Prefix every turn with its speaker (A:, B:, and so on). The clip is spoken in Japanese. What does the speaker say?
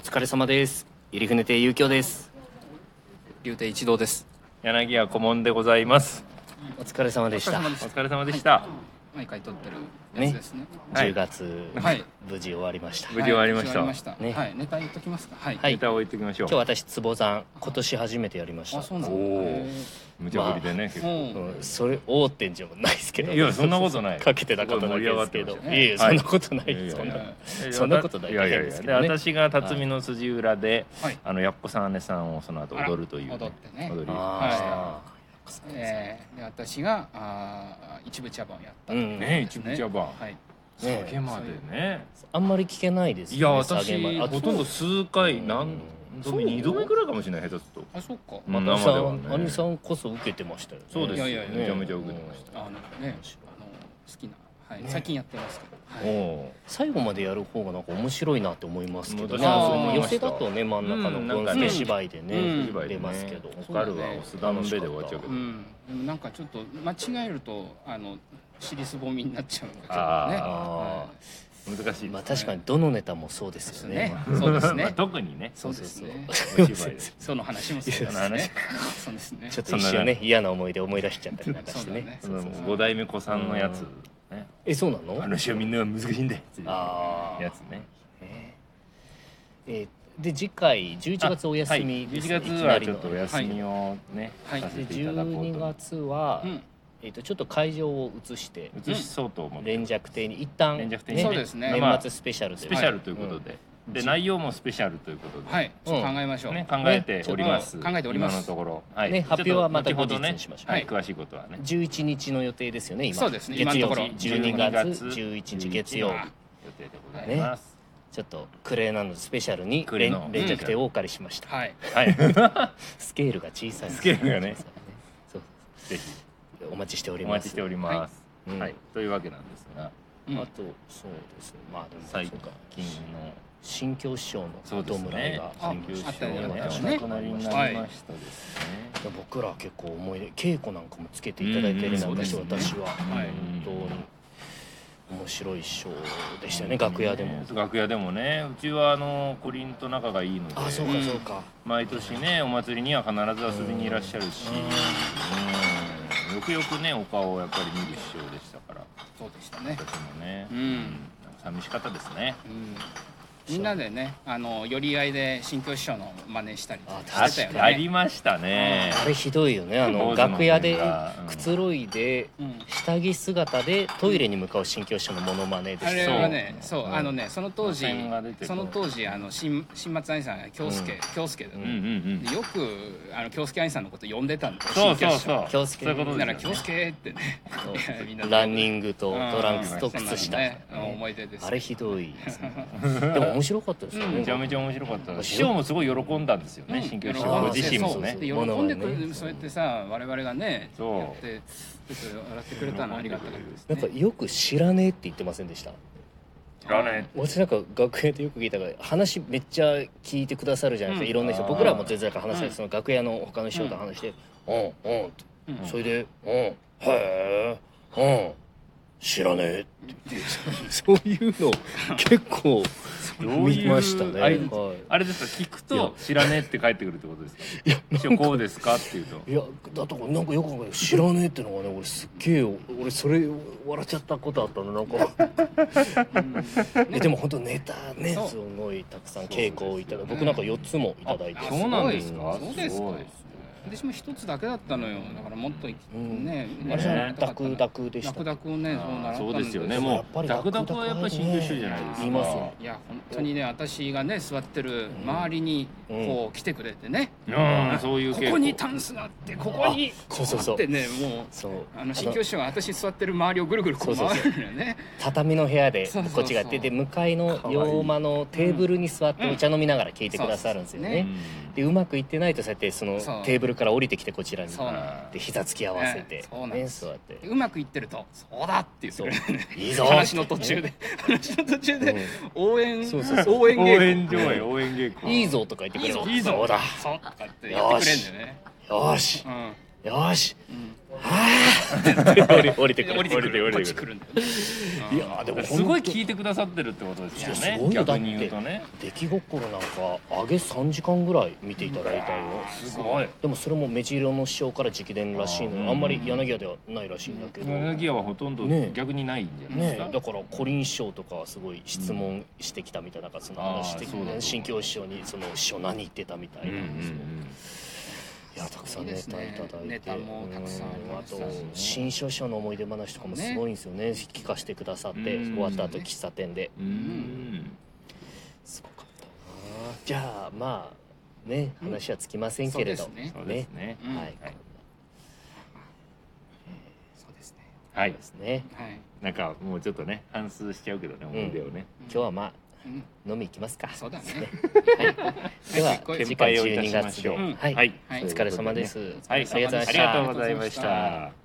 A: 疲れ様です。ゆりふね亭ゆうきょうです。
B: 竜亭一同です。
C: 柳家顧問でございます。
A: お疲れ様でした。
C: お疲れ様でした。
B: 毎回撮ってるやつですね。
C: はい
A: 10月、
B: はい
A: 無事終わりました。
C: 無事終わりました
B: はい
A: ね
B: 無事終わりましたはい、ネタ言っときますか。はい。
A: はい
C: ネタを置いておきましょう
A: 今日。私坪山今年初めてやりました。
B: あ、そうなんだ。
C: おー
B: へ
C: 無茶ぶりでね、結
B: ー
C: 構。
B: も
A: うんそれ大手じゃないですけど。
C: いやそんなことない
A: かけてなかっただけですけど。
C: す
A: い
C: ごい盛り上がって
A: えいえそ
C: ましたよね
A: んなことないです。そ
C: はい
A: ん
C: い
A: な
C: やい
B: やいや
A: そんなことない
C: やいやい
A: です
C: や。
A: け
C: で
A: どね
C: 私が辰巳の筋裏で、
B: はい
C: あのやっこさん姉さんをその後踊るという、
B: あら踊ってね
C: 踊り。
A: あ
B: うえーで私があー一部茶番をやった
A: あ。
B: と
A: う
B: いうこ
A: ん
C: ね
A: ね。
B: とですね。
C: 一部茶番
B: はい。
C: 下げまでね。
A: あんまり聞けないですよ
C: い
A: ね。
C: や
A: 下げ前
C: 私
A: あ
C: ほとんど数回何度
B: そう
C: 目二度目ぐらいかもしれない下手すると。
B: あ、そうか。
C: うん
A: ま
C: 生
A: さ
C: では
A: ん、
C: ね
A: アニさんこそ受けてましたよね。
C: そうですよ
B: いやいやいや
C: めちゃめちゃ受けてまし
B: あのね、あの好きな、はい、
A: ね
B: 最近やってますけど。
C: た。
B: はい
C: お
A: 最後までやる方がなんか面白いなって思いますけどね
C: うん
B: 私もそう思い
A: 寄
B: ま
A: せ
C: した
A: だとね真ん中
C: うん
A: の
C: なん
A: 文
C: か
B: ね
A: 助芝居でね、
B: うん
C: お。
A: 出ますけど、
C: オカルはオスダンベで終わっちゃうけ
B: う
C: ど。
B: ん、でもなんかちょっと間違えるとあの尻すぼみになっちゃうんだけどね。
C: あ
B: はい
C: 難しい。
A: まあ確かにどのネタもそうです
B: そ
A: よ
B: う
A: ね
B: ね。そうです
C: まあ
B: ね。
C: 特にね。
B: そうですね。
C: お芝居で。
B: その話もそうです
C: その話
B: ね。そうですね。
A: ちょっと一瞬ね嫌な思い出思い出しちゃったりなんか
B: そう
A: して
B: だ
A: ね
B: ね。
C: その五代目子さんのやつ、ね、
A: えそうなの
C: あの人はみんなが難しいんだっていう
A: あー
C: やつね
A: えーで次回11月お休みで
C: で、
A: すす、
C: はい、
A: ね
C: 1月はい
A: き
C: ちょ
A: な
C: っ
A: り
C: と
A: の
C: お休みをね、
B: はい
C: させ
A: で
C: ていただこうと
A: 12月は、
B: うん。
A: えー、とちょっと会場を移して
C: 移しそうと思って、
A: 連弱亭に一旦
C: 連弱亭
B: にねそうですね
A: 年末スペシャルとい
C: ス
A: う
C: ペ
A: か
C: シャルということで、
A: い
C: で
A: じ
C: 内容もスペシャルということで、
B: はい。ちょっと考えましょう。
C: ね、考えております、
B: ねちょっと考えております
C: 今のところ、はい
A: ね発表はまた
C: ちょっと
A: 後日にしましょう
C: ねはい、
B: は
C: 詳しいことはね
A: 11日の予定ですよね今
B: そうですね今
A: 月
B: の
A: 曜
B: とこ
A: 日
B: ろ
A: 12
C: 12
A: 月11日月曜
C: 予定でございます、
A: ちょっとクレーなのスペシャルに
C: クレ
A: 連
C: の
A: 連着でお借りしました、
B: はい。
C: はい
A: スケールが小さい
C: スケールがね
A: そう
C: ぜひ
A: お待ちしており
C: お
A: ま
C: 待ちし
A: す
C: ております、
A: うん
C: はい、というわけなんですが
B: うん
A: あとそうですねまあでも
C: 最
A: そうか
C: 近の
A: 新教師匠
C: そ
A: の
C: うで
A: ど
C: す
A: むらい
C: ね
A: が。
B: あ
C: 緊急
B: あったよね
C: 承認が
B: 私ね
C: お亡くなりになりましたですね。
A: 僕らは結構思い出稽古なんかもつけていただいてるなんかして
C: うんそうです
A: 私は
B: はい
A: 本当に面白いショーでしたよね楽屋でも
C: ね楽屋でもねうちはあのコリンと仲がいいので
A: あそうかそうか
C: 毎年ねお祭りには必ず遊びにいらっしゃるしうんよくよくねお顔をやっぱり見る師匠でしたから
B: そうでしたね。
C: 私もね
B: うん
C: 寂しかったですね
B: うん。みんなでね、あの寄り合いで新教師匠の真似したり
A: あ
B: して
C: 確
B: た
C: かあ
B: よ
C: り
B: ね。
C: ましたね
A: あれひどいよねあの
C: 坊主の
A: 楽屋で
C: がうん
A: くつろいで
B: うん。
A: 下着姿でトイレに向かう新教師匠のモノマネで
B: あれ
A: す
B: はね、
C: そ
B: そうう、あのね、その当時
C: 路線が出て、る
B: その当時、あの新新松兄さんが京介、京介だよ
C: うんうんう
B: ね。
C: ん
B: でよくあの京介兄さんのこと呼んでたんだよ。
C: そうそ
B: 新
C: う
B: 教師匠
C: そう
A: 京介
C: そういうこと
B: な
C: で
B: ら
C: す
B: 京
C: よね
B: 介ってね、 みんな
A: ランニングと
B: うん
A: トランクスと
B: そんな
A: 靴下、
B: のね、うん
A: ね
B: 思い出です。
A: あれひどいですねでも面白かったですよね、
C: めちゃめちゃ面白かったです師匠もすごい喜んだんですよね新旧師匠
A: 喜ん
C: ご
A: で
C: 自身もね
B: 喜んでくれるそうやってさ我々がね
C: そう
B: やってちょっと笑ってくれたのありがたかったです
A: なんかよく知らねえって言ってませんでした
C: 知らね
A: 私なんか楽屋でよく聞いたから話めっちゃ聞いてくださるじゃないですか、
B: うん
A: いろんな人
C: あー
A: 僕らも全然なんか話したり、
B: うん
A: その楽屋の他の人と話して「うんうん」って、
B: うん
A: それで「うんへえうん知らねえ」って言ってそういうの結構
C: どういう
A: 見ましたね。
C: あれ
A: は
C: あれですか聞く
A: い
C: と
A: や
C: 知らねえって帰ってくるってことですか
A: いや
C: 一応こうですかっていうと
A: いやだとなんかよく考えたら知らねえってのがね俺すっげえ俺それ笑っちゃったことあったのなんか えでも本当ネタね
B: そう
A: すごいたくさん稽古をいただいて僕なんか4つもいただいて
C: あそうなんですか
B: そうです
C: す
B: か
C: ごいですね
B: 私も一つだけだったのよだからもっとね
A: うん
B: ね
A: あれ
C: ね
A: ダクダクでした
B: ダクダクをねそう習ったん
C: そうですよね
A: もう
C: もう
A: や
C: ダ
A: っぱ
C: ク
A: り
C: ダクはやっぱり新旧種じゃないですか
A: 言いますよ
B: いや本当にね私がね座ってる周りに
A: うん
B: こう来てくれてね
C: うんそういう
B: こ
C: 傾向
B: こにタンスがあってここに
A: あそうそうそう
B: ってねもう
A: そう
B: あの新教師は私座ってる周りをぐるぐるこう
A: そうそう
B: 回
A: そう
B: るのよね
A: 畳の部屋で
B: そうそうそう
A: こっちがやってて向かいの
C: かわいい
A: 洋間のテーブルに座ってお茶飲みながら聞いてくださるんですよ
B: う
A: ね。でうまくいってないとそうやってその
B: そう
A: テーブルから降りてきてこちらに
B: そうなの
A: で膝つき合わせて
B: ねそうなん
A: ね
B: です
A: そうやって
B: うまくいってると「そうだ」って言ってくれるね
A: いいぞ
B: 話の途中で話の途中
A: うん
B: で応援
A: そうそう
B: 応援
C: 応
B: 稽古
C: 援上映応援稽古
A: いいぞとか言ってくれる
B: いいぞ
A: そうだ
B: そうとかって言ってくれるんだよね
A: よーし
B: うん
A: よーし
B: うん
A: 降り降りて
B: で
A: くる
B: 降りてくる
A: 降
B: こっ
A: りて
B: ち
A: く
B: 来
A: る
B: るんだよね
A: いやーでも
C: すごい聞いてくださってるってことで
A: い
C: すよ
A: や
C: ね
A: すごいよ
C: 逆に言うとね
A: 出来心なんか上げ3時間ぐらい見ていただいたよ
C: すごい
A: でもそれも目白の師匠から直伝らしいの
C: あ
A: よ
C: ー
A: あんまり柳家ではないらしいんだけど
C: 柳ギアはほとんど
A: ねえ
C: 逆にないんじゃないです
A: ね
C: か、
A: だからコリン師匠とかはすごい質問してきたみたいななんかその話して
C: あーそうだそうだ
A: 新京師匠にその師匠何言ってたみた
C: う
A: い
C: んう
A: なん
C: うん
A: ですよ
C: ん
A: いやたくさんネタいただいて
B: ネタもたくさんあり
A: うんあ
B: ました
A: と
B: しね
A: 新書師匠の思い出話とかもすごいんですよね聞かせてくださって
C: うん
A: 終わった後喫茶店で
C: うん
A: すごかったなじゃあまあね
B: うん
A: 話はつきませんけれど
B: そうですね
C: そうですね
B: うん
A: はい
C: はい
B: そうですね
C: は
A: そう
C: い
A: ですね
B: はい
C: なんかもうちょっとね反数しちゃうけどね思い出をね、
A: 今日はまあ
B: うん
A: 飲み行きますか
B: そうだね
A: で は
B: はい
A: 次回
C: 先輩をいた
A: 12
C: しま
A: 月
C: し
A: で
C: ょう
A: はいお疲れ様です
C: はい、
B: ありがとうございました
C: ありがとうございました